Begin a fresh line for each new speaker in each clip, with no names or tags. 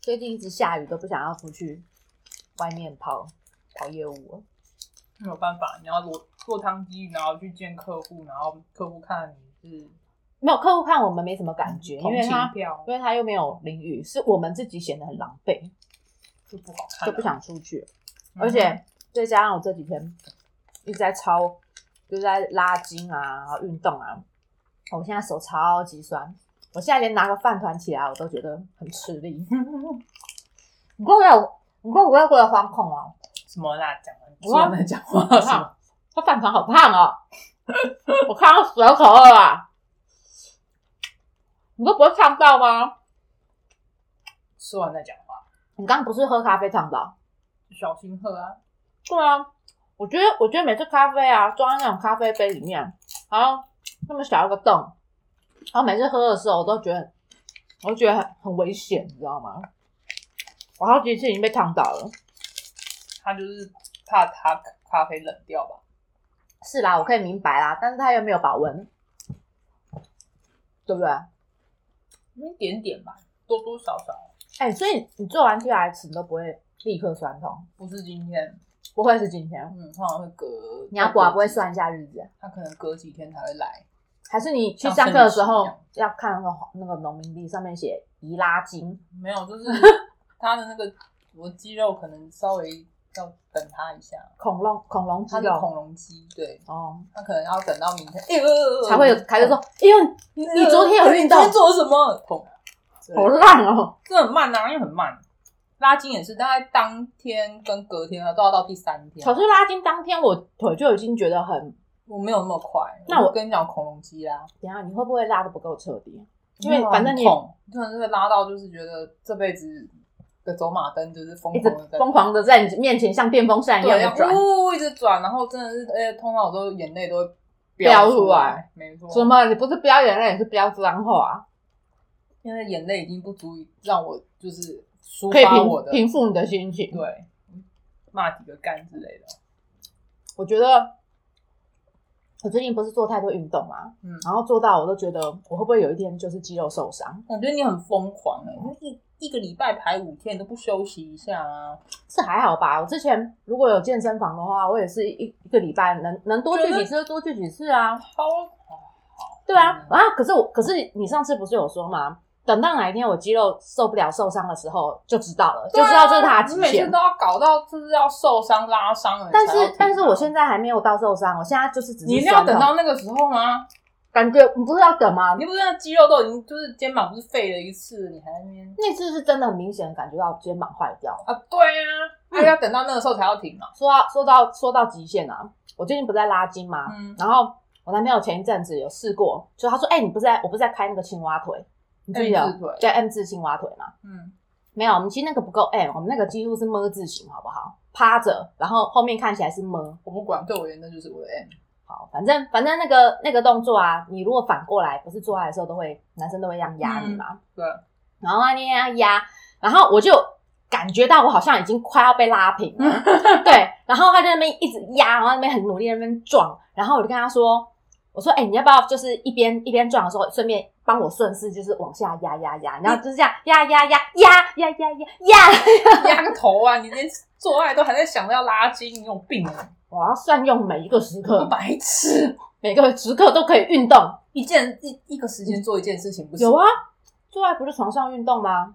最近一直下雨，都不想要出去外面跑跑业务了。
没有办法，你要落落汤鸡，然后去见客户，然后客户看你是
没有客户看我们没什么感觉，因
同
为
情
他
票
因为他又没有淋雨，是我们自己显得很狼狈，
就不好看
就
了，
不想出去。
嗯，
而且再加上我这几天一直在操，就是在拉筋啊，然后运动啊，我现在手超级酸，我现在连拿个饭团起来我都觉得很吃力。你跟我有，你跟我有过惶恐哦、
什么啦，讲完
我要
说在讲话
好
什么？
烫，它饭团好烫哦， 我看到舌头了啦。你都不会烫到吗？
说完再讲话，
你刚刚不是喝咖啡烫到？
小心喝啊！
对啊，我觉得我觉得每次咖啡啊装在那种咖啡杯里面，然后那么小一个洞，然后每次喝的时候我都觉得，我都觉得很很危险，你知道吗？我好几次已经被烫到了。
他就是怕他咖啡冷掉吧？
是啦，我可以明白啦，但是它又没有保温，对不对？
一点点吧，多多少少，
哎、所以你做完 T R X 你都不会立刻酸痛，
不是今天，
不会是今天？
嗯，通常会隔，
你要不不会算一下日子？
他可能隔几天才会来，
还是你去
像
上课的时
生
候
理期
要看那个那个农民历上面写宜拉金？
没有， 就是他的那个我肌肉可能稍微要等他一下，
恐龙恐龙肌
他的
肉
恐龙肌，对
哦，
他可能要等到明天，哎呦
才会有才会说，哎呦，你你昨天有运动
呃你昨，天做了什么？痛，
好烂哦！
这很慢啊，因为很慢。拉筋也是大概当天跟隔天啊，都要到第三天
可。是拉筋当天我腿就已经觉得很，
我没有那么快，
那我
就跟你讲恐龙肌啦，
等一下你会不会拉的不够彻底？因为
没有啊
反正你
很痛，真的是会拉到就是觉得这辈子的走马灯就是疯
一直
狂的在
疯狂的啊在你面前像电风扇一样
对，
的
要
转，
呜一直转，然后真的是，而且通常我都眼泪都会
飙出
出
来，
没错，
什么？你不是飙眼泪，你是飙脏话，啊
因为眼泪已经不足以让我就是抒
可以
发我
平
的，
平复你的心情。
对，骂几个干之类的，
我觉得我最近不是做太多运动嘛，
嗯
然后做到我都觉得我会不会有一天就是肌肉受伤？
我觉得你很疯狂哎、你一一个礼拜排五天，你都不休息一下啊，
是还好吧。我之前如果有健身房的话，我也是一一个礼拜能能多去几次就多去几次啊。
超
对啊，
嗯
啊，可是我可是你上次不是有说吗？等到哪一天我肌肉受不了受伤的时候，就知道了，就知道这是它的
啊你
极
每次
限
都。要搞到就是要受伤拉伤了，
但是但是我现
在
在还没有到受伤，我现在就是只是
啊你一定要
酸
等
痛
到那个时候吗？
感觉你不是要等吗？
你不是那肌肉都已经就是肩膀不是废了一次，你还在那边。
那次是真的很明显感觉到肩膀坏掉。
啊，对啊，那、要等到那个时候才要停嘛。
说到说到说到极限啊，我最近不是在拉筋吗？
嗯，
然后我男朋友前一阵子有试过，就他说：“哎、你不是在我不是在开那个青蛙腿，你记
M
得
字腿
对 M 字青蛙腿嘛？
嗯，
没有，我们其实那个不够 M，我们那个几乎是么字形，好不好？趴着，然后后面看起来是么。
我不管，对我而言那就是我的 M。
好，反正反正那个那个动作啊，你如果反过来，不是做爱的时候都会男生都会这样压你嘛，
对，
然后那天要压，然后我就感觉到我好像已经快要被拉平了，对，然后他在那边一直压，然后那边很努力地在那边撞，然后我就跟他说，我说，哎、你要不要就是一边一边撞的时候，顺便帮我顺势就是往下压压压，然后就是这样压压压压压压压压，
压个头啊！你连做爱都还在想着要拉筋，你有病啊！
我要善用每一个时
我
刻，
白痴，
每个时刻都可以运动。
一件一一个时间做一件事情不行。
有啊，做爱不是床上运动吗？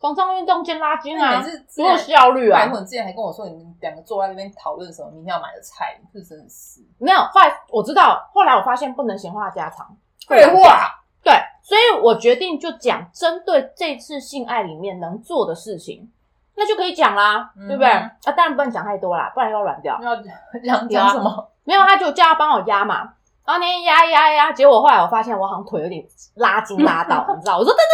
床上运动兼拉筋
那
啊
你每，次之
多有
前，
效率啊！
白魂之前还跟我说，你们两个坐在那边讨论什么明天要买的菜，这真的是
没有，后来我知道，后来我发现不能闲话家常，
废话。
对，所以我决定就讲针对这次性爱里面能做的事情，那就可以讲啦，
嗯
对不对？啊，当然不能讲太多啦，不然又要软掉。
要讲讲什么？
没有，他就叫他帮我压嘛，然后那天压压压，结果后来我发现我好像腿有点拉筋拉 到，你知道？我说等等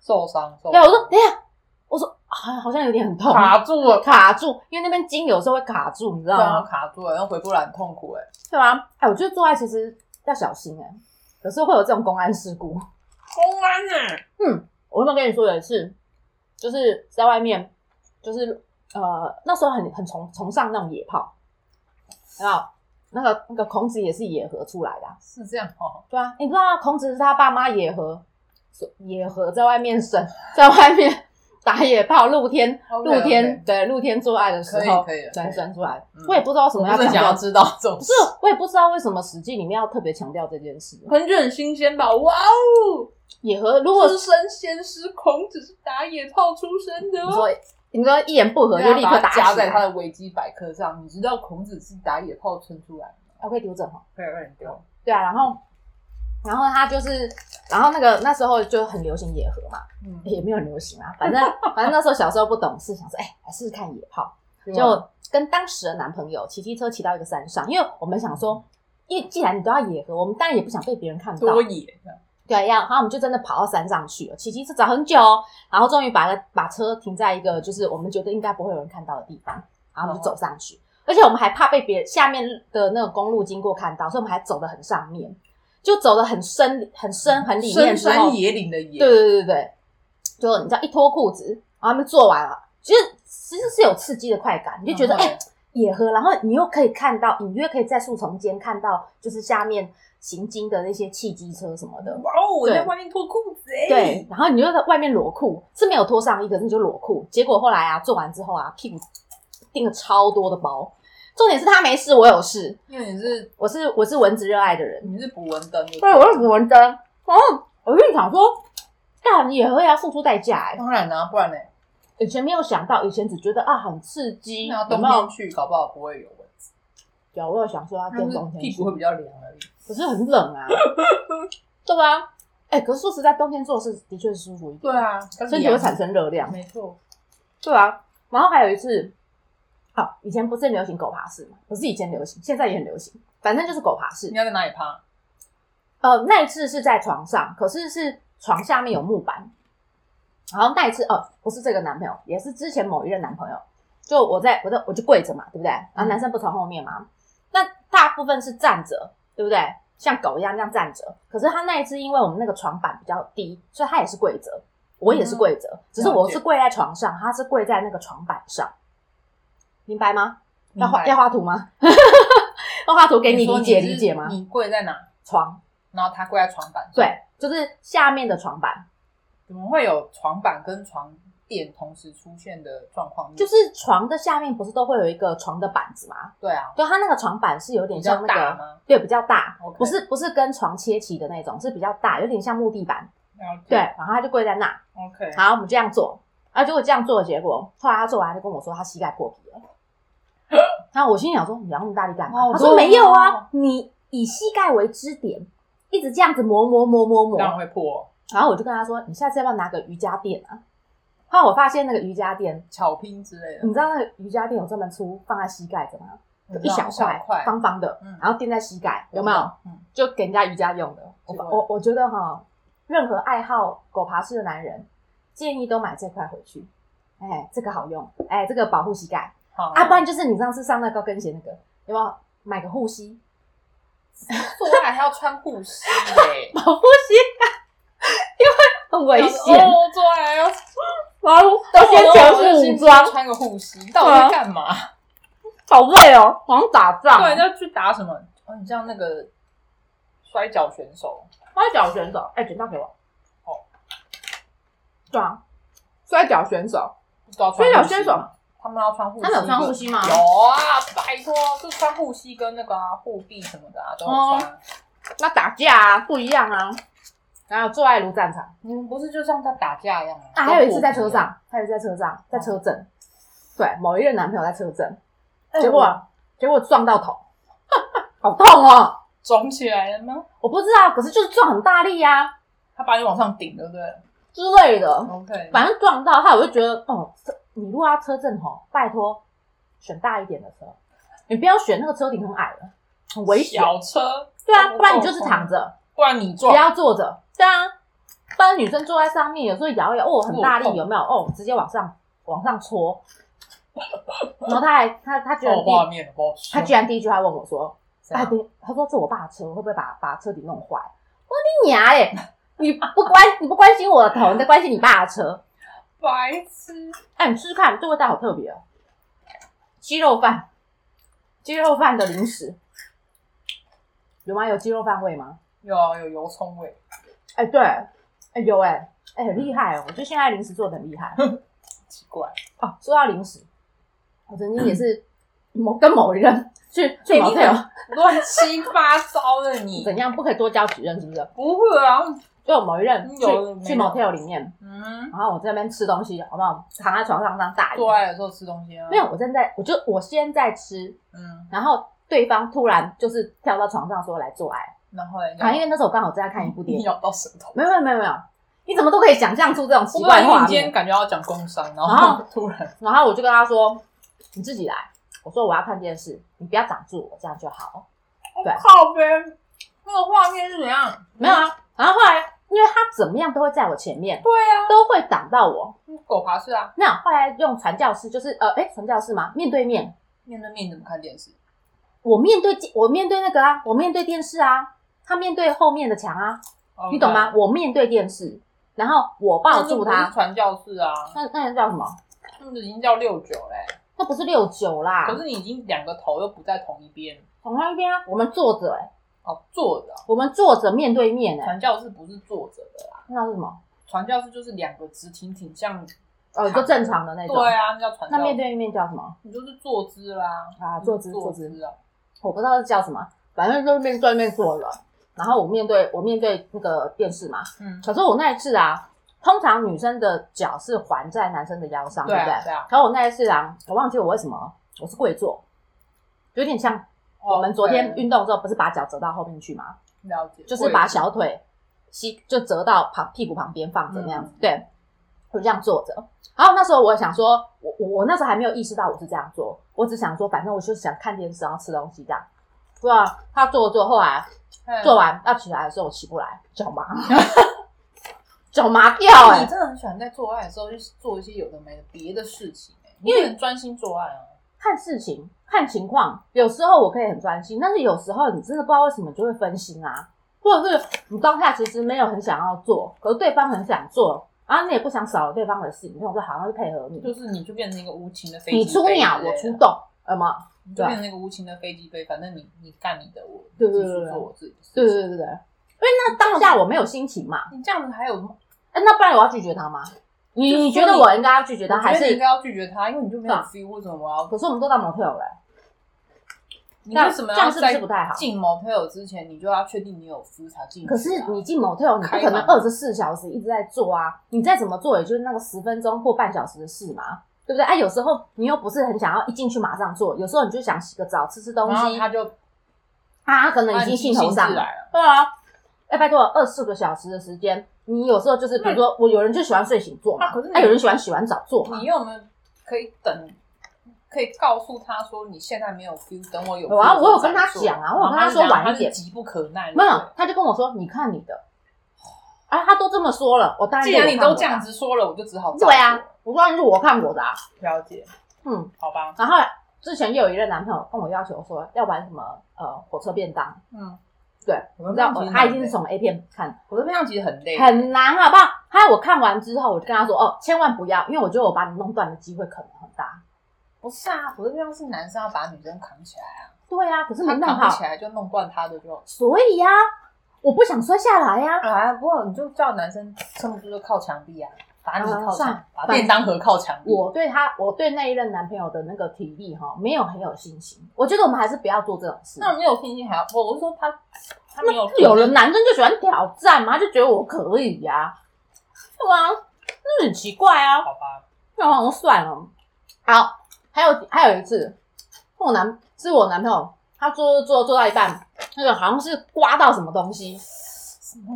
受伤，受
等等等一下，对，
伤
我说等一下，我说啊，好像有点很痛，
卡住了，
卡住，因为那边筋有时候会卡住，你知道
对啊，
吗？
卡住了，然后回不来很痛苦哎。
对吧？哎，我觉得做爱其实要小心哎、有时候会有这种公安事故。
公安呢？
我有没有跟你说有一次，就是在外面，就是呃那时候很很崇崇尚那种野炮，然后那个那个孔子也是野合出来的啊、
是这样哦。
对啊， 你不知道孔子是他爸妈野合，野合在外面生，在外面打野炮、露天、
OK，OK
露天对露天做爱的时候
可以可以
展现出来
嗯。
我也不知道为什么
我
要
真的
强
想要
调，
知道这种
不
事
是，我也不知道为什么《史记》里面要特别强调这件事。
可能就很新鲜吧。哇哦，
也和如果
资深先师孔子是打野炮出身的
啊
你
哦，
说你说一言不合就立刻打起
加在他
来，
的维基百科上。你知道孔子是打野炮生出来的吗？
我可以纠正哈。
可以乱丢。
对啊，然后然后他就是，然后那个那时候就很流行野合嘛，
嗯，
也没有很流行啊，反正 反正那时候小时候不懂事，想说哎、来试试看野炮。
啊
对吧
就跟当时的男朋友骑机车骑到一个山上，因为我们想说，因为既然你都要野合，我们当然也不想被别人看到
多，野这样
对呀、然后我们就真的跑到山上去了，骑机车找很久哦，然后终于把把车停在一个就是我们觉得应该不会有人看到的地方，然后我们就
哦
走上去，而且我们还怕被别人下面的那个公路经过看到，所以我们还走得很上面，就走得很深很深很里面
深
之后
山，野岭的野，
对对对对对，就你知道一脱裤子，然后他们做完了，其实其实是有刺激的快感，你就觉得
嗯
哎、野合，然后你又可以看到，隐约可以在树丛间看到，就是下面行经的那些汽机车什么的。
哇哦，我
对
在外面脱裤子哎，
对，，然后你就在外面裸裤，是没有脱上衣，可是你就裸裤。结果后来啊，做完之后啊，屁股订了超多的包。重点是他没事，我有事。
因为你是
我是我是蚊子热爱的人，
你是捕蚊灯，
对，我是蚊灯。然后我就想说，干野合也要付出代价哎、
当然啦、不然呢？
以前没有想到，以前只觉得啊很刺激，
那
有
冬
没有
天？去，搞不好不会有蚊子，
有，我有想说要
但
变冬
是
天
屁
去
股，会比较凉而已。
可是很冷 啊，对吧？哎、可是说实在，冬天做事的确是舒服一点，
对啊，但是
身体会产生热量，
没错，
对啊。然后还有一次，好，以前不是流行狗爬式嘛？不是以前流行，现在也很流行，反正就是狗爬式
你。要在哪里趴？
呃，那一次是在床上，可是是床下面有木板。然后那一次，呃，不是这个男朋友，也是之前某一任男朋友。就我在我在我就跪着嘛，对不对？然后
嗯
男生不从后面嘛，那大部分是站着，对不对？像狗一样这样站着。可是他那一次，因为我们那个床板比较低，所以他也是跪着，我也是
嗯
跪着，只是我是跪在床上，他是跪在那个床板上，明白吗？要画
明白
要画图吗？ 要画图给你理解
说是
理解吗？
你跪在哪？
床
然后他跪在床板上。，
对，就是下面的床板，
怎么会有床板跟床垫同时出现的状况？
就是床的下面不是都会有一个床的板子吗？
对啊，
对，它那个床板是有点
比
像
较
那
大
个，
吗？
对，比较大
OK
不是不是跟床切齐的那种，是比较大，有点像木地板。
了解
对，然后他就跪在那，
，OK，
然后我们这样做，啊，结果这样做的结果，后来他做完他就跟我说他膝盖破皮了， 然后我心里想说你要那么大力干嘛？
好
他说
痛
没有
哦
啊，你以膝盖为支点，一直这样子磨磨磨磨磨，
当然会破，哦
然后我就跟他说你下次要不要拿个瑜伽垫啊？后来我发现那个瑜伽垫
巧拼之类的
你，知道那个瑜伽垫有这么粗，放在膝盖的吗？
我知
一
道
小块
嗯块，
方方的，
嗯
然后垫在膝盖，有
我
没
知
有？
道？嗯，
就给人家瑜伽用的。我
是吗
我我觉得哈，任何爱好狗爬式的男人，建议都买这块回去。哎，这个好用，哎，这个保护膝盖。
好
啊，不然就是你上次上那高跟鞋那个，有没有买个护膝？，
做爱还要穿护膝耶
保护膝盖，因为很 危险。
哦，做哦爱还要
然后都先全副武装，啊
穿个护膝，到底在干嘛？
好累哦，好像打仗
对，
哦。
要去打什么？哦，你像那个摔跤选手，
摔跤选手，哎、剪刀给我。
哦，
对啊，摔跤选手，
都要
摔
穿
跤
护膝
选手
吗，他们要穿护膝，
他们有穿护膝吗
有啊，拜托，就穿护膝跟那个啊护臂什么的啊，都有
哦
穿。
那打架啊不一样啊。然后做爱如战场
你们不是就像在打架一样吗？
啊，还有一次在车，上，还有一次在车上，在车震，对，某一任男朋友在车震，结果、啊结果撞到 头，好痛哦！
肿起来了吗？
我不知道，可是就是撞很大力呀、
他把你往上顶，对不对
之类的，
？OK，
反正撞到他，我就觉得哦，这你如果要车震吼，拜托选大一点的车，你不要选那个车顶很矮的，很危险。
小车，
对啊，不然你就是躺，着，
不然你
不
撞，
要坐着。对啊，不然女生坐在上面，有时候摇一摇，哦，很大
我
力，
有
有没有？哦，直接往上往上戳。然后他还他他居然
哦，
第
画面，我
他居然第一句话问我说：“
这
哎，
样
对，他说这我爸的车，会不会把把车底弄坏？”我说你娘嘞！你不关你不关心我的头，你在关心你爸的车。
白痴，
哎，你试试看，这味道好特别哦，鸡肉饭，鸡肉饭的零食有吗？有鸡肉饭味吗？
有啊有油葱味，
哎、对，哎、有哎、哎、很厉害哦！我觉得现在零食做的很厉害，
奇怪。
哦，说到零食，我曾经也是某跟某人去去某
你
t e
乱七八糟的 你，
怎样不可以多交几任，是不是？
不会啊，
就有某一任
嗯
去
有没
去 motel
有
里面，
嗯，
然后我在那边吃东西，好不好？躺在床上当大爷，
做爱的时候吃东西啊，
没有，我正在，我就我先在吃，
嗯，
然后对方突然就是跳到床上说来做爱，
然后嘞，
啊，因为那时候我刚好正在看一部电
你
影，
咬到舌头，
没有没有没有没有，你怎么都可以想象出这种 奇
我
怪的
刚
画
你今天
面？
感觉要讲工伤，然
然
后 突然
然后我就跟他说：“你自己来。”我说：“我要看电视，你不要挡住我，这样就好。对
靠呗，那个画面是怎样？”
没有啊，然后后来因为他怎么样都会在我前面，
对啊，
都会挡到我。
狗爬式啊，
那后来用传教士，就是呃，哎，传教士嘛，面对面，
面对面怎么看电视？
我面对我面对那个啊，我面对电视啊，他面对后面的墙啊。
哦
你懂吗？？我面对电视，然后我抱住他，
传教士啊，
那那叫什么？
那已经叫六九嘞，
那不是六九啦，
可是你已经两个头又不在同一边
同一边啊。我们坐着哎、
哦，坐着啊。
我们坐着面对面哎、
传教士不是坐着的啦，
那是什么？
传教士就是两个直挺挺像，
哦，就正常的那种。
对啊，那叫传教
那
士。
面对面叫什么？
你就是坐姿啦，
啊
就是
坐姿
坐
坐姿
啊，
我不知道是叫什么，反正就是面对面坐了。然后我面对我面对那个电视嘛，
嗯，
可是我那一次啊，通常女生的脚是环在男生的腰上，
对啊
不对？
对啊
可我那一次啊，我忘记我为什么我是跪坐，有点像我们昨天
哦 OK，
运动之后不是把脚折到后面去吗？
了解，
就是把小腿膝就折到旁屁股旁边放着那样子，对，我就这样坐着。然后那时候我想说，我我我那时候还没有意识到我是这样做，我只想说，反正我就想看电视，然后吃东西这样。不知道他坐着坐着，后来
嗯
做完要起来的时候，我起不来，脚麻， 脚麻掉哎、
你真的很喜欢在做爱的时候去做一些有的没的别的事情、欸，
因为
你很专心做爱啊。
看事情看情况，有时候我可以很专心，但是有时候你真的不知道为什么就会分心啊，或者是你当下其实没有很想要做，可是对方很想做，然后你也不想少了对方的事，你总是好像是配合你，
就是你就变成一个无情的飞机
你出鸟
飞之类
我
的
出，洞，有吗？
你就变成一个无情的飞机飞，反正你你干你的，我
对对
继续
对
做我自己的事
对
情。
对对对对，因为那当下我没有心情嘛，
你这样子还有什么？
哎、那不然我要拒绝他吗？你
就是说
你觉得
你
我应该要拒绝他，
我觉
还
得你应
是
该？要拒绝他，因为你就没有
对啊
feel，为什么我要？
可是我们都到 motel 了、
你
这样
为什么
这
要
样是不
在
是不太好？
进 motel 之前，你就要确定你有 feel 才进去啊？
可是你进 motel，你不
开
可能
房
二十四小时一直在做啊，你再怎么做，也就是那个十分钟或半小时的事嘛，对不对？啊，有时候你又不是很想要一进去马上做，有时候你就想洗个澡、吃吃东
然后
西，
他就啊
他可能已经兴头上
自
了，
来了，
对啊。哎，拜托，二四个小时的时间，你有时候就是，比如说我有人就喜欢睡醒做嘛，
啊可是你
哎，有人喜欢洗完澡做嘛
你，有没有可以等？可以告诉他说你现在没有 feel，等我有 feel
有啊我有跟
再
他
做
讲啊我有跟
然
他
后
说
就讲
晚一
他
点
是急不可耐。
没有
对不对，
他就跟我说，你看你的，啊，他都这么说了，我当然
既然你都这样
子，
子说了，我就只好照
对啊
做，
我当然是我看我的啊，
了解，
嗯。
好吧，
然后之前也有一任男朋友跟我要求说要玩什么呃火车便当，
嗯，
对，
我
你
的
知道
便当其实
他一
很
定
累
是从 A 片看，
我的配其实很累，
很难好不好？他我看完之后，我就跟他说哦，千万不要，因为我觉得我把你弄断的机会可能很大。
不是啊，我的配是男生要把女生扛起来啊，
对呀、啊，可是没
他
弄
扛不
好
起，来就弄断他的就。
所以呀、我不想摔下来呀、
啊，不过你就叫男生撑不住就靠墙壁啊，把你
啊
靠
算
墙
了，
把
反
便当盒靠墙壁。
我对他，我对那一任男朋友的那个体力哈、没有很有信心。我觉得我们还是不要做这种事。
那没有信心还要，我我是说他他没有
有人男生就喜欢挑战嘛，他就觉得我可以啊呀、对啊，那很奇怪啊。
好吧，
那好像算了。好，还有还有一次，我男是我男朋友，他做做做到一半，那个好像是刮到什么东西，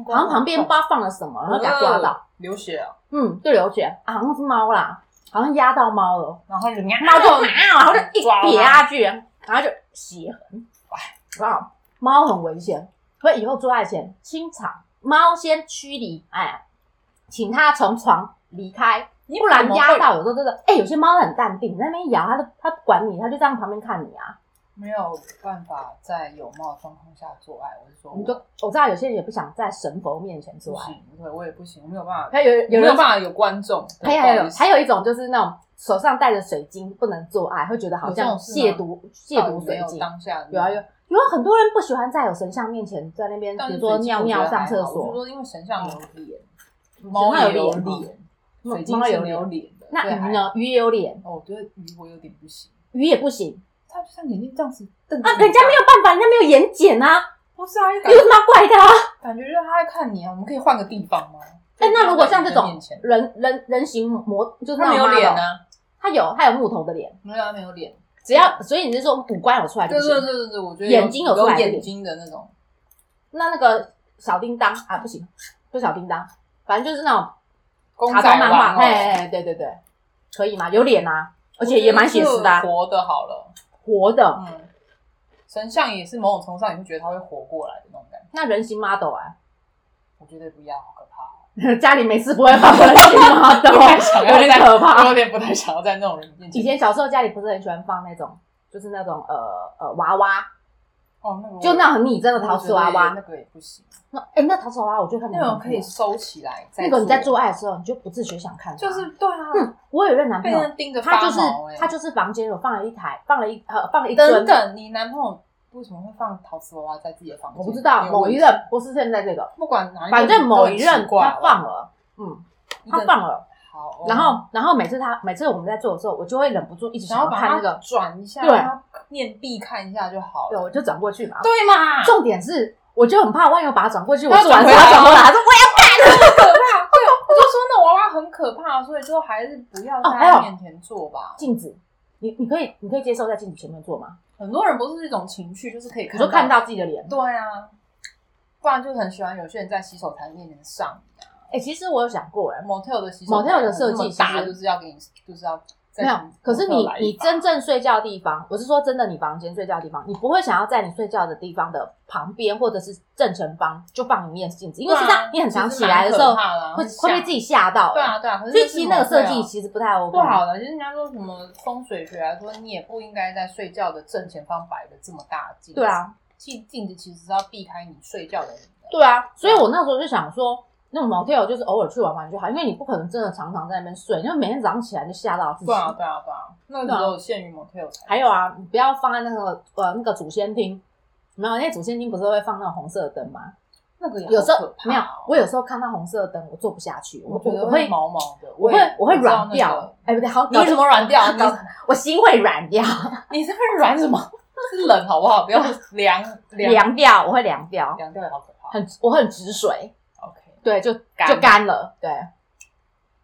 好像旁边不知道放了什么，然后给他刮到，
流血啊，
嗯，就流血，啊好像是猫啦，好像压到猫了，
然后人家
猫就啊，然后就一
抓
撇
它
下去，然后就血痕，哇，猫很危险，所以以后做爱前清场，猫先驱离，哎，请它从床离开，
你
不然
怎么
压
会
到有时候真的，哎、有些猫很淡定，在那边咬，它都它不管你，它就这样旁边看你啊。
没有办法在有冒的状况下做爱，我是说我
你就我知道有些人也不想在神佛面前
不
做爱，
行，对，我也不行，我没有办法，
还有
有
有
没有
人
办法有观众？
还有
对
还
不好
有
意思
还有一种就是那种手上带着水晶不能做爱，会觉得好像
有这种事
亵渎亵
吗到底
渎水
没有
晶。
当下
有啊有，有啊，很多人不喜欢在有神像面前在那边，
但
比
是
如说
水晶
尿
我觉
尿
得
上
还
厕
好我是
所，
说因为神像有脸，
嗯
猫
神像
也
有
有
脸
脸，
猫
水晶
猫
是
有
没
脸
有脸的，
那
对
鱼呢？鱼也有脸，
哦，我觉得鱼我有点不行，
鱼也不行
他就像眼睛这样子瞪着
啊！
你
人家没有办法，人家没有眼睑啊，
不是啊，就
你
感
为
觉
什么要怪他？
感觉就是他在看你啊，我们可以换个地方吗？
哎、那如果像这
就
种
在你的面前
人人人形模，就是
他
那
没
种
有脸
model，
啊，
他有他有木头的脸，
没有他啊没有脸，
只要所以你是说五官有出来就
对
不
对
行？
对对对，我觉得
眼睛有
有
出来
眼睛的那种，
那那个小叮当啊，不行，不是小叮当，反正就是那种
公
卡
仔
通漫
玩
画，哎
偶
哎，哎对对对，可以吗？有脸啊，而且也蛮写实的、啊
我觉得是，活的好了，
活的。
嗯，神像也是某种程度上你会觉得他会活过来的那种感觉，
那人形 model 啊，
我觉得不要，好可怕哦。
家里没事不会放人形 model，
不太 想要
有点
在
可
我有
怕。
点不太想要在那种人面前。
以前小时候家里不是很喜欢放那种，就是那种呃呃娃娃，
哦，那个我
就那种拟真的陶瓷娃
我觉得
娃。
那个也不行，
那哎、那陶瓷娃娃我觉得很
那种可以收起来。再
那个你在做爱的时候，你就不自觉想看它。
就是对啊，
嗯，我有一任男朋
被
友，
人盯着
他
发
就是
毛哎。
他就是房间有放了一台，放了一呃放了一
等
尊，
等，你男朋友为什么会放陶瓷娃娃在自己的房间？
我不知道
有
某一
问题
任不是现在这个，
不管哪一任，
反正某一
都很
任
奇怪
他放了，嗯，他放了，
好哦，
然后然后每次他每次我们在做的时候，我就会忍不住一直
想
想要
要把
看那
它
个，
转一下，
对
让它面壁看一下就好
对，
了。
我就转过去嘛。
对嘛？
重点是，我就很怕万一我把它转过去，我
他
做完之
转
后他
回来
转过来，
了
他说我
可怕，对，我就说那娃娃很可怕，所以就还是不要在
哦还有
他面前做吧
要。啊镜子。你你可以你可以接受在镜子前面做吗？
很多人不是一种情绪，就是可以
你
看
就
到，
看到自己的脸。
对啊，不然就很喜欢有些人在洗手台面前上瘾啊。
哎、其实我有想过哎、
motel 的洗手台
motel 的设计
那么
其
大
实
就是要给你，就是要在
没有
motel，
可是你
来一
你
把
真正睡觉的地方，我是说真的，你房间睡觉的地方，你不会想要在你睡觉的地方的旁边或者是正前方就放一面镜子，因为是这
对啊
样，你很常
其
起
实
来的时候
蛮可怕的啊
会
会吓
会被自己吓到。欸
对啊，对啊，可是
所以
这是
其实那个设
motel
计
啊
其实不太 OK。
不好的，就是人家说什么风水学来说，你也不应该在睡觉的正前方摆个这么大的镜子。
对啊，
镜镜子其实是要避开你睡觉的人的。
对啊，所以我那时候就想说，那种 motel 就是偶尔去玩玩就好，因为你不可能真的常常在那边睡，因为每天早上起来就吓到自己
对。啊，对啊，对啊，那个只有限于 motel 才
还有啊，你不要放在那个呃那个祖先厅，没有，因为祖先厅不是会放那种红色的灯吗？
那个也好
有时候、
可怕
没有
哦，
我有时候看到红色的灯，我做不下去，
我
我
觉得
我会
毛毛的，
我
也
会我会
知道
软
那
掉
个。
哎，不对，好，
你
脑
什么软 掉？你
脑我心会软掉，
你这边软什么？是冷好不好？不要凉
啊凉掉，我会凉掉，
凉掉也好可怕。
很我很止水，
OK，
对，就
干
就干了，对。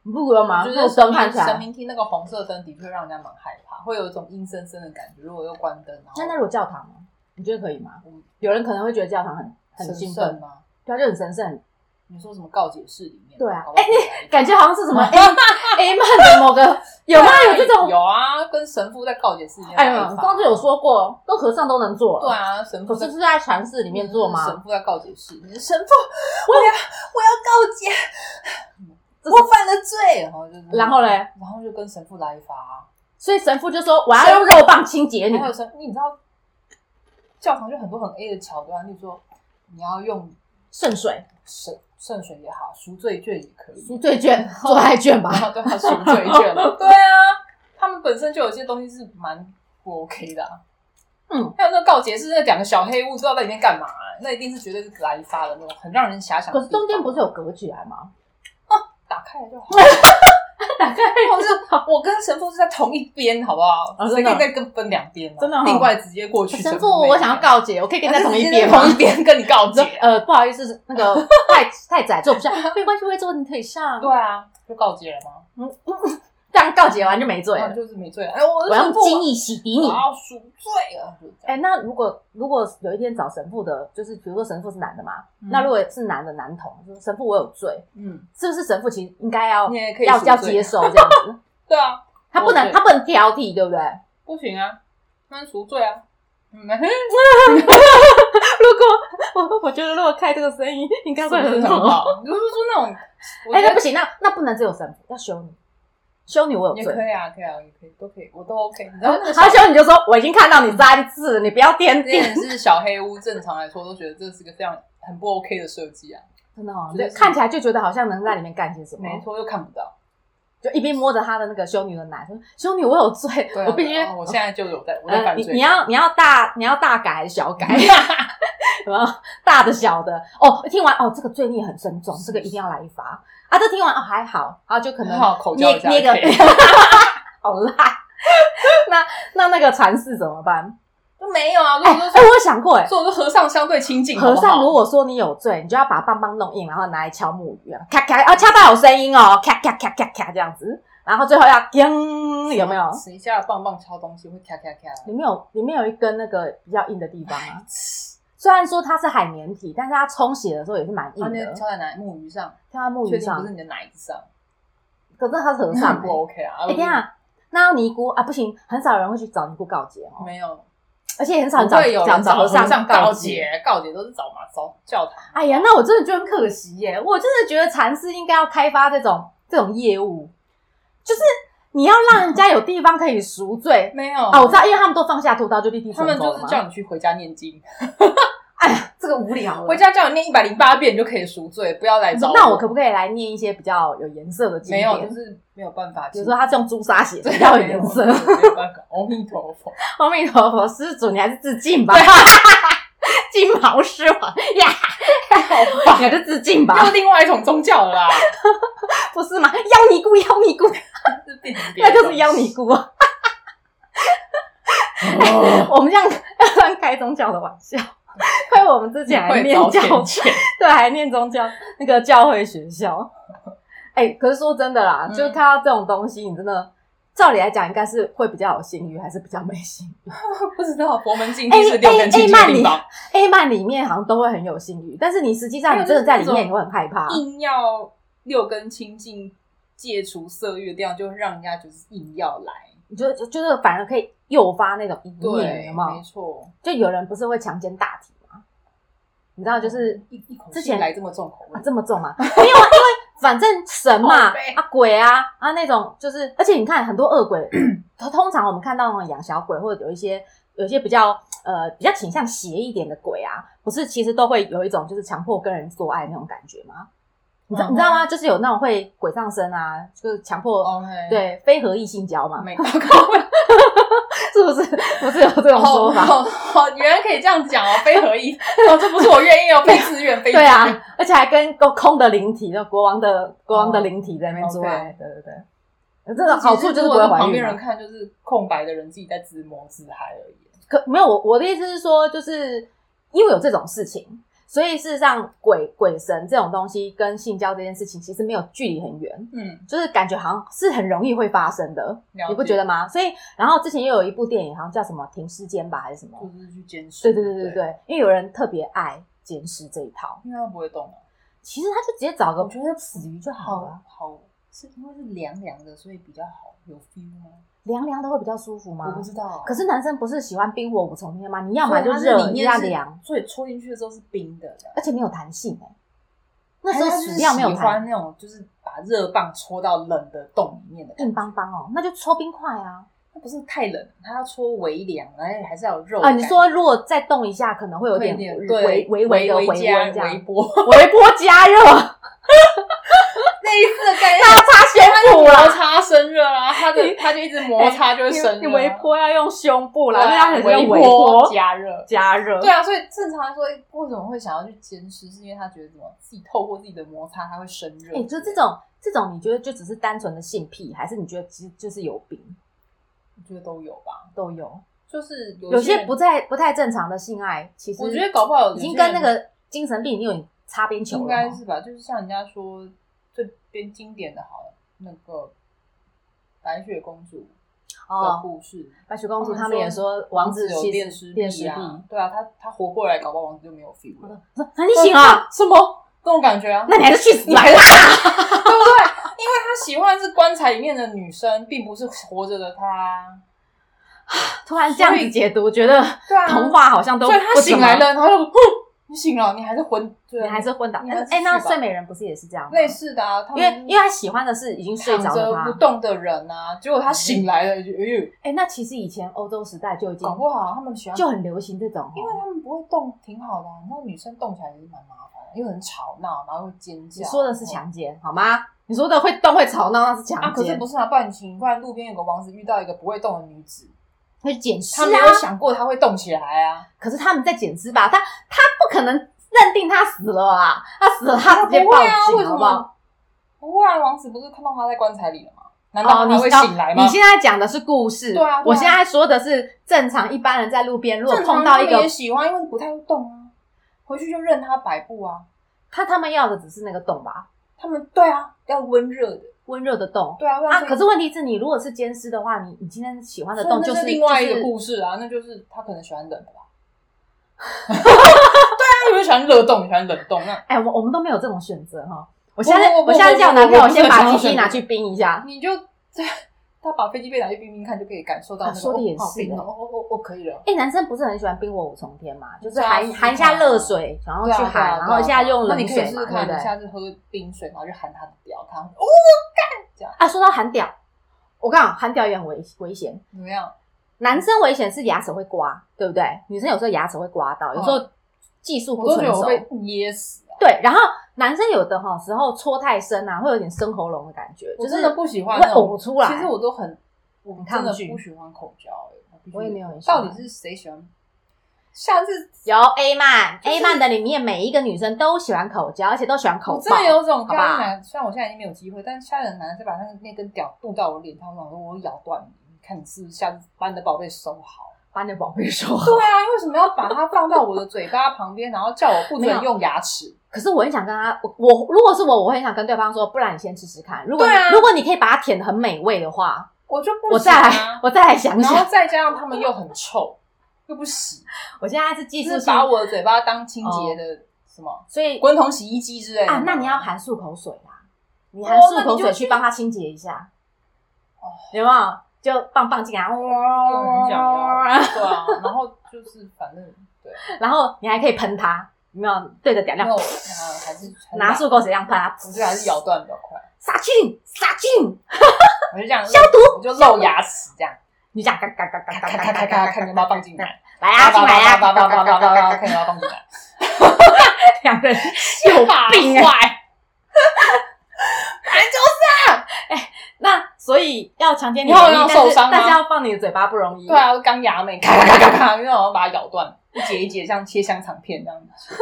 你不觉得吗？
我觉
那
得
个灯看起
神
来，
明厅那个红色灯的确让人家蛮害怕，会有一种阴森森的感觉。如果又关灯，然后
那那如果教堂呢？你觉得可以吗
嗯？
有人可能会觉得教堂很很
神
兴
圣
奋，
吗？
对啊，就很神圣，
你说什么告解室里面？
对啊
搞不好
哎感觉好像是什么 A
嗯
A 曼的某个有吗？有这种？
有啊，跟神父在告解室里面
哎
来一
呀，
发。
上次有说过，跟和尚都能做
对
了，
啊，神父
可
在
是是在禅寺里面做吗？
神父在告解室，神父，我要我要告解，
嗯这是
我犯了罪，然后就是，
然后嘞，
然后就跟神父来一发啊，
所以神父就说我要用肉棒清洁你
然后。有神，你知道教堂就很多很 A 的桥段，例如说你要用
圣水、
圣圣水也好，赎罪券也可以，
赎罪券、做爱券吧
然。后对啊，赎罪券， 对啊，他们本身就有些东西是蛮不 OK 的、啊，
嗯，
还有那个告解室那两个小黑屋，不知道在里面干嘛、啊那一定是绝对是来一发的那种，很让人遐想的地方。
可是中间不是有隔啊起来吗？
打开了就好。打开我是我跟神父是在同一边，好不好？
啊
谁
真
可
的
以再跟分两边啊
真的哦
另外直接过去
神
父
父，
那边，
我想要告解，我可以跟你在同一边
啊
吗
同？一边 跟你告解
我说。呃，不好意思，那 个太太窄坐不下，没关系，我会坐你腿上。
对啊，就告解了吗？
这样告解完就没罪
然后
了。
就是没罪了。哎，我
我要用精
益
液洗涤
我
你。
要赎罪了，就是这
哦哎、
样。
那如果如果有一天找神父的，就是比如说神父是男的嘛，
嗯
那如果是男的男童，就是神父我有罪，
嗯，
是不是神父其实应该要
你也可以
要
赎罪
要接受这样子？
对啊，
他不能
我有罪
他不能挑剔，对不对？
不行啊，那赎罪啊。嗯，
如果我我觉得如果开这个声音，应该
是不是很。好？你就是说那种，我
哎、那
觉
不
得
行，那那不能只有神父，要修女，修女我有
也
罪。
可以啊，可以啊，也可以，都可以，我都 OK。你知道
然
那
后
个
他修女就说：“我已经看到你三次了，你不要天
这
地。
也是小黑屋，正常来说都觉得这是个非常很不 OK 的设计啊。”
真的哦，
真
对
的是
看起来就觉得好像能在里面干些什么。
没，错，又看不到，
就一边摸着他的那个修女的奶，说：“修女，我有罪，
对啊
我必须。
啊我现在就有在，我在
呃，
犯
你
罪。
你要你要大你要大改还是小改？ 什么大的小的？哦，听完哦，这个罪孽很深重，这个一定要来一发啊！这听完哦还好，啊就可能
很好口交
捏
一下
捏个
也可以，
好辣。 那那那个禅师怎么办？
就没有啊，如
哎、
果
哎，
说
我有想过哎、
所以我说和尚相对亲近，
和
好
尚
不好
如果说你有罪，你就要把棒棒弄硬，然后拿来敲木鱼啊，咔咔啊，敲到有声音哦，咔咔咔咔咔这样子，然后最后要叮，有没有？
谁家的棒棒敲东西会咔咔咔？
里面有里面有一根那个比较硬的地方啊。虽然说它是海绵体，但是它冲洗的时候也是蛮硬
他啊那
的，
敲在哪里？木鱼上，
跳在木
确
鱼
定
上
不是。你的奶子上？
可是它是和
那
尚
很
欸
不 OK 啊！
哎，等一下，那要尼姑啊，不行，很少人会去找尼姑告解哦，
嗯没有，
而且很少人
不
找
会有
找
人
找
找
和
和
尚
尚告
解。
解，告解都是找嘛，找教堂。
哎呀，那我真的觉得很可惜耶！我真的觉得禅师应该要开发这种这种业务，就是你要让人家有地方可以赎罪。
没有
哦，我知道，因为他们都放下屠刀就地地
他
成
们
佛
就
了
是
嘛。
叫你去回家念经，
哎呀，这个无聊了
回。家叫你念一百零八遍，你就可以赎罪，不要来找
那我可不可以来念一些比较有颜色的经
没
典？
有，就是没有办法。
比如说他是用朱砂写的，要有颜色。
没有没有办法。阿弥陀 佛，
阿弥陀佛，施主，你还是自尽吧。
啊
金毛狮王呀，你还是自尽吧
又，另外一种宗教了啦，
不是吗？妖尼姑，妖尼姑，
是变成别
那
的
就是妖尼姑啊！我们这样要这样开宗教的玩 笑，亏我们之前还
会
念
找
教，
钱钱。
对，还念宗教那个教会学校。哎、可是说真的啦，
嗯
就是看到这种东西，你真的照理来讲，应该是会比较有信誉，还是比较没信誉？
不知道佛门禁忌是六根
哎
清净
哎
的地方，
A 漫里面好像都会很有性欲，但是你实际上你真的在里
哎
面，你会很害怕。
硬要六根清净戒除色欲的地方，就让人家就是硬要来。
你就就就是反而可以诱发那种一念，
对，
有没
没
有？
错，
就有人不是会强奸大体吗？你知道就是
一一口
嗯之
气
前
来这么重口味
啊，这么重吗？没有啊，因 为反正神嘛
靠背
啊鬼啊啊那种就是，而且你看很多恶鬼，通通常我们看到那种养小鬼或者有一些有一些比较呃比较倾向邪一点的鬼啊，不是其实都会有一种就是强迫跟人做爱那种感觉吗？你知道、
嗯哼
你知道吗？就是有那种会鬼上身啊，就是强迫、
，OK，，
嗯对非合意性交嘛，
哦没搞搞
是不是？不是有这种说 法？
哦哦哦原来可以这样讲哦，非合意， 哦，这不是我愿意哦，非自愿，非自
对
愿
啊，， 而且还跟空空的灵体，那国王的国王的
哦
灵体在那边做
OK
爱，对对对，这个好处就是不会
其实如果
怀
旁
孕啊
边
嘛
人。看就是空白的人自己在自摸自嗨而已。
可没有我我的意思是说，就是因为有这种事情，所以事实上鬼鬼神这种东西跟性交这件事情其实没有距离很远，
嗯，
就是感觉好像是很容易会发生的，
了解
你不觉得吗？所以然后之前又有一部电影，好像叫什么《停尸间》吧，还是什么？
就是去监视，
对对对对对，因为有人特别爱捡尸这一套，
因为他不会动啊。
其实他就直接找个
我觉得
死鱼就好了
好。好，是因为是凉凉的，所以比较好有 feel 吗？
凉凉的会比较舒服
我
吗
不？知道啊。
可是男生不是喜欢冰火五重天吗？你要
所
么
以
就
它是
热，
里
你
面
要
是
凉，
所以戳进去的时候是冰的。
而且没有弹性哎、那时
还
候
哎是他是
死掉没有
喜
弹，
欢那种就是把热棒戳到冷的洞里面的感
硬
觉，
邦邦哦，那就搓冰块啊。
它不是太冷，它要戳微凉，而且还是要有肉
啊，
感
你说如果再动一下，可能会有
会
点
有
微
点对
微微的
微
回温这
加
样，
微
微
波
波加热，
类似的 概念。
大擦
因为
胸
它就
部
摩
啦。
擦生热啊，它的它就一直摩擦就会生热啊
你微波要用胸部
对
啦，
啊
那要
微
用微波
加热，
加热。
对啊，所以正常来说，为什么会想要去监视？是因为他觉得什么自己透过自己的摩擦，它会生热。
哎、就这，种这种，你觉得就只是单纯的性癖，还是你觉得其实就是有病
我觉得都有吧。
都有？
就是有
有些
人
不，太不太正常的性爱，其实
我觉得搞不好有
已
些
经跟那
人
个精神病已经有点擦边球了。哦
应该是吧，就是像人家说最边经典的好了，那个白雪公主的
哦，
故事，
白雪公主他
他们
们也说王子
有
其实
恋尸
恋尸
癖啊，对啊，他他活过来，搞不好王子就没有 feel 了。
那你行啊？
什么？这种感觉啊？
那你还是去死吧！
因为他喜欢是棺材里面的女生，并不是活着的他。
突然这样子解读，觉得
对啊，
童话好像都
所以他
不怎
醒
么
来，了，然后就哼，你醒了，你还是昏，对啊，
你还是昏倒。
你
但
还
是
是
哎，那
去吧
睡美人不是也是这样吗？
类似的啊。他
因
们
为因为他喜欢的是已经睡
躺
着的
着不
他。
动的人啊，结果他醒来了，就哎呦，
哎，那其实以前欧洲时代就已经
搞不好他们喜欢
就很流行这种哦，
因为他们不会动，挺好的啊、你知道女生动起来也是蛮麻烦的，又很吵闹，然后又尖叫。
你说的是强奸好吗？你说的会动会吵闹那是强
啊，可是
奸
不，是啊，不然情况路边有个王子遇到一个不会动的女子，
会捡尸
他没有
啊。
想过他会动起来啊，
可是他们在捡尸吧？他他不可能认定他死了啊！他死了，他直接
不
报
会啊，为
警
什
好不好？
么？不会啊，王子不是看到他在棺材里了吗？难
哦，
道
你
他会
知道
醒来吗？
你现在讲的是故事，
对啊对啊
我现在说的是正常一般人在路边，如果
正常
碰到一
他们
个
也喜欢，因为不太会动啊，回去就任他摆布啊。
他他们要的只是那个洞吧，
他们对啊，要温热的，
温热的洞
对啊，不然
啊。
所以
可是问题是你如果是奸尸的话，你你今天喜欢的
所以
洞
那
就是是
另外一
就
个
是
故事啊，那就是他可能喜欢冷的吧。 对啊，有人喜欢热冻，有人喜欢冷冻，那
哎，我我们都没有这种选择哈。我现在
不不不
我现在叫我男朋
不
友
不不
先把
不
鸡
不
鸡拿去冰一下，
你就他把飞机杯拿去冰冰看，就可以感受到那个
啊说得
哦
也
好
是
冰
欸
哦，哦哦哦，可以了。
哎、男生不是很喜欢冰火五重天嘛？就是
对啊
含
是啊
含一下热水，然后
对
去
啊对
含，
啊
然后一
对啊
下用
那你
冷
可以
水
试
嘛，
试
对
看，
不
你
对？
下次喝冰水，然后就喊他的屌，看哦
啊，说到含屌，我告诉你，含屌也很危危险。
怎么样？
男生危险是牙齿会刮，对不对？女生有时候牙齿会刮到，有时候技术
嗯我
不
都觉
成
得我
熟。
被噎死啊！
对，然后男生有的哈时候搓太深啊，会有点生喉咙的感觉，就
我
是
真的不喜欢
会
那种
呕出来。
其实我都很，我
抗
真的
拒
不喜欢口交、欸，我必须
我也没有很喜欢
到底是谁喜欢？下次
有 A 曼、
就是
A 曼的里面每一个女生都喜欢口交，而且都喜欢口
我
爆。
真的有种
好
干
吧
男，虽然我现在已经没有机会，但下一任男的再把那个那根屌渡到我脸上，我想说我咬断你，你看你是不是下次把你的宝贝收 好？
把你的宝贝收好
对。啊，为什么要把它放到我的嘴巴旁边，然后叫我不
没有
准用牙齿？
可是我很想跟他，我我如果是我，我会想跟对方说，不然你先吃吃看。如果你、
对啊
如果你可以把它舔的很美味的话，
我就不
我
行
再来
啊！
我再来想
然
想
后。再加上他们又很臭，又不洗，
我现在是技
就
术
是
性，
把我的嘴巴当清洁的什么
所以
滚筒洗衣机之类的
哦啊，那你要含漱口水啦，你含漱口水去帮他清洁一下，
哦
有没有？就棒棒进来，
就很想要，
哦
对啊，然后就是反正 对，
然后你还可以喷他，有没有？对着点
然
亮
后，还是
拿，
还是
漱
咬
口水这样喷他，
我觉得还是咬断比较快。
杀菌杀菌，
我就这样
消
毒，我就露牙齿这样，
你这样嘎嘎嘎嘎嘎
咔咔
嘎嘎
咔咔
嘎
咔，
嘎，
看有没有放进来，
来啊，进来啊，
叭
嘎
叭
嘎嘎
叭叭
嘎
叭
嘎
叭，
嘎，
看有没有放进来，
两 个人有病啊！
坏，
那所以要强奸你
以后
容易
要
但是
受伤吗
但是要放你的嘴巴不容易。
对，啊，我钢牙妹，咔咔咔咔咔，因为我要把它咬断，一节一节像切香肠片这样子，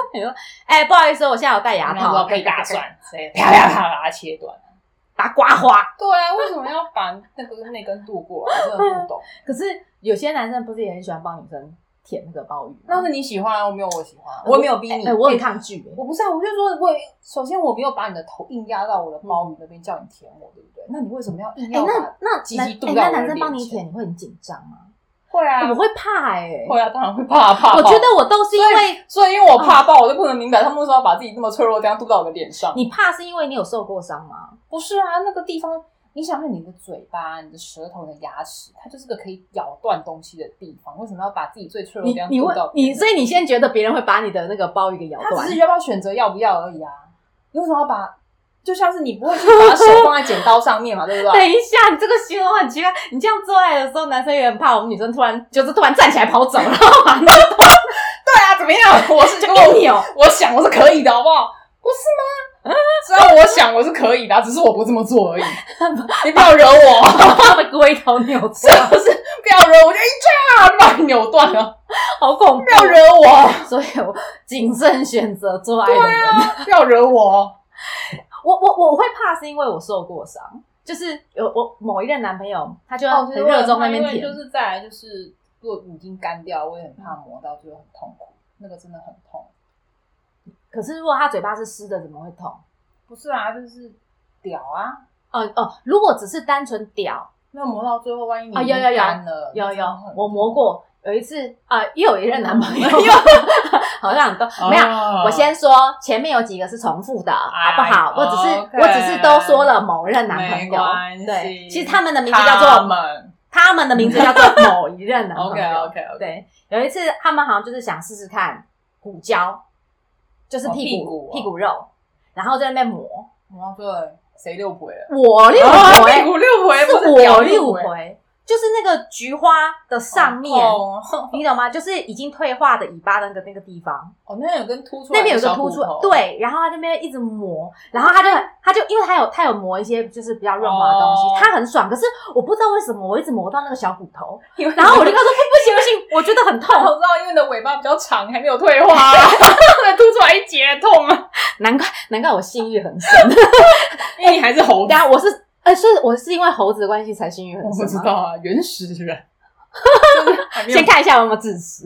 哎，不好意思，我现在有戴牙
然后
套，啊
被打断，所以啪啪啪把它切断。
打刮花。
对啊，为什么要把那个那根渡过来？我真的不懂。
可是有些男生不是也很喜欢帮女生舔那个鲍鱼吗？
那是你喜欢啊，我没有我喜欢啊，我也没有逼你
哎、，我很抗拒、欸。
我不是啊，我就说我也首先我没有把你的头硬压到我的包鱼那边叫你舔我，对不对？那你为什么要硬
哎、
要把？
那那
鸡鸡
男
渡
哎
到
那
欸我的
男生
脸
帮你
前
舔，你会很紧张吗？
会啊，
我会怕哎、
会啊，当然会怕怕爆。
我觉得我都是因为
所以因为我怕爆，我就不能明白他们为什么要把自己那么脆弱的地方吐到我的脸上。
你怕是因为你有受过伤吗？
不是啊，那个地方，你想看你的嘴巴、你的舌头、你的牙齿，它就是个可以咬断东西的地方，为什么要把自己最脆弱
你
的地方
你
吐
会
到别
你，
人
所以你先觉得别人会把你的那个鲍鱼给咬
他
断
只是，要不要选择要不要而已啊。你为什么要把？就像是你不会去把手放在剪刀上面嘛，对不
等
对？啊
一下，你这个形容很奇怪。你这样做爱的时候，男生也很怕我们女生突然就是突然站起来跑走，然后把那 个
对啊，怎么样？ 我是
就
跟
一
我
扭。
我想我是可以的，好不好？不是吗？ 虽然我想我是可以的啊，只是我不这么做 而已。你不要惹我。
把他的龟头扭
是
断，
不是不要惹我，我就一抓就把你扭断了，
好恐怖！
不要惹我，
所以我谨慎选择做爱的人。
不要惹我。
哦我我我会怕是因为我受过伤，就是有我某一任男朋友，他就很热衷那边舔，
就是再来就是，如果已经干掉，我也很怕磨到，就很痛苦，那个真的很痛。
可是如果他嘴巴是湿的，怎么会痛？
不是啊，就是屌啊，
哦哦，如果只是单纯屌，
那磨到最后，万一你
啊有有有
干了，
有有
真的很，
我磨过，有一次啊、嗯又哦有一任男朋友， 好像都没有。
有
我先说，前面有几个是重复的，好不好？我只是
哎哦 OK
我只是都说了某任男朋
没
友
关，系
对，其实他们的名字叫做
们。
他们的名字叫做某一任男朋友。
OK OK OK，
对，有一次他们好像就是想试试看骨胶，就是屁股、
哦屁股哦
屁股肉，然后在那边磨。
磨到最后谁六回了？
我六
啊
回，
屁股六回，不
哦是
屌
我六
回。
回，就是那个菊花的上面，
哦，哦
你懂吗？就是已经退化的尾巴的那个那个地方，
哦那边有根凸出来，
那边有个凸出来，，对，然后他那边一直磨，然后他就他就因为他有他有磨一些就是比较润滑的东
哦
西，他很爽。可是我不知道为什么我一直磨到那个小骨头，
因为
然后我就跟他说不行不行，我觉得很痛，
我知道，因为你的尾巴比较长，还没有退 化，那凸出来一截痛啊，
难怪难怪我性欲很深。
因为你还是
等一
猴子。
下我是呃是我是因为猴子的关系才性欲很
我
深
不知
吗？
道啊，原始人。还没有
先看一下我有没有智齿。